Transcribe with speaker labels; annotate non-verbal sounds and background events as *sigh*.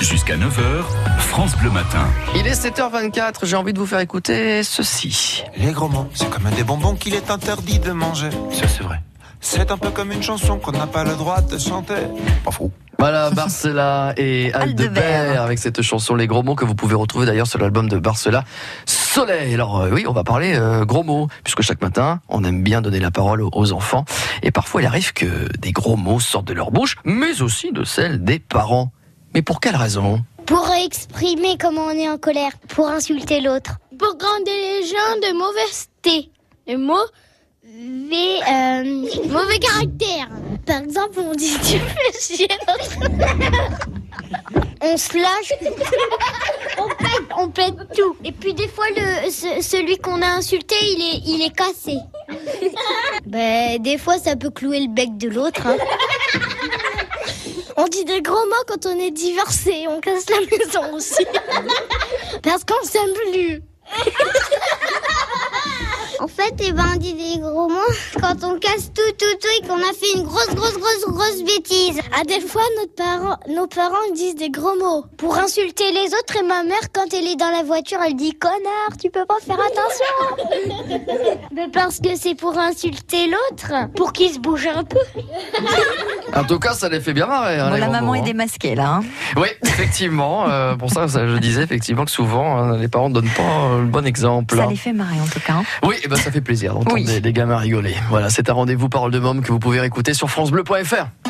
Speaker 1: Jusqu'à 9h, France Bleu Matin.
Speaker 2: Il est 7h24, j'ai envie de vous faire écouter ceci.
Speaker 3: Les gros mots, c'est comme des bonbons qu'il est interdit de manger.
Speaker 4: Ça, c'est vrai.
Speaker 3: C'est un peu comme une chanson qu'on n'a pas le droit de chanter.
Speaker 4: Pas faux.
Speaker 2: Voilà, Barcela
Speaker 4: *laughs*
Speaker 2: et Aldebert
Speaker 5: Aldebert.
Speaker 2: avec cette chanson Les Gros Mots que vous pouvez retrouver d'ailleurs sur l'album de Barcela, Soleil. Alors euh, oui, on va parler euh, gros mots, puisque chaque matin, on aime bien donner la parole aux, aux enfants. Et parfois, il arrive que des gros mots sortent de leur bouche, mais aussi de celle des parents. Mais pour quelle raison
Speaker 6: Pour exprimer comment on est en colère, pour insulter l'autre. Pour grandir les gens de mauvaise thé. Les mots Mauvais, euh, mauvais caractère. Par exemple, on dit tu fais chier On se lâche. *laughs* on pète, on pète tout. Et puis des fois, le, ce- celui qu'on a insulté, il est, il est cassé. ben, des fois, ça peut clouer le bec de l'autre. hein. On dit des gros mots quand on est divorcé, on casse la maison aussi. *laughs* Parce qu'on s'aime plus. *laughs* En fait, eh ben, on dit des gros mots quand on casse tout, tout, tout et qu'on a fait une grosse, grosse, grosse, grosse bêtise. À Ah, des fois, notre parent, nos parents disent des gros mots pour insulter les autres. Et ma mère, quand elle est dans la voiture, elle dit connard, tu peux pas faire attention. *laughs* Mais parce que c'est pour insulter l'autre, pour qu'il se bouge un peu.
Speaker 2: En tout cas, ça les fait bien marrer. hein,
Speaker 5: Bon,
Speaker 2: les
Speaker 5: la
Speaker 2: gros
Speaker 5: maman
Speaker 2: mots,
Speaker 5: est
Speaker 2: hein.
Speaker 5: démasquée là. hein.
Speaker 2: Oui, effectivement. euh, pour ça, ça, je disais effectivement que souvent, hein, les parents ne donnent pas euh, le bon exemple.
Speaker 5: Ça
Speaker 2: hein.
Speaker 5: les fait marrer en tout cas. hein.
Speaker 2: Oui, et ben ça fait plaisir d'entendre
Speaker 5: Oui.
Speaker 2: des, des gamins rigoler. Voilà, c'est un rendez-vous parole de môme que vous pouvez écouter sur francebleu.fr.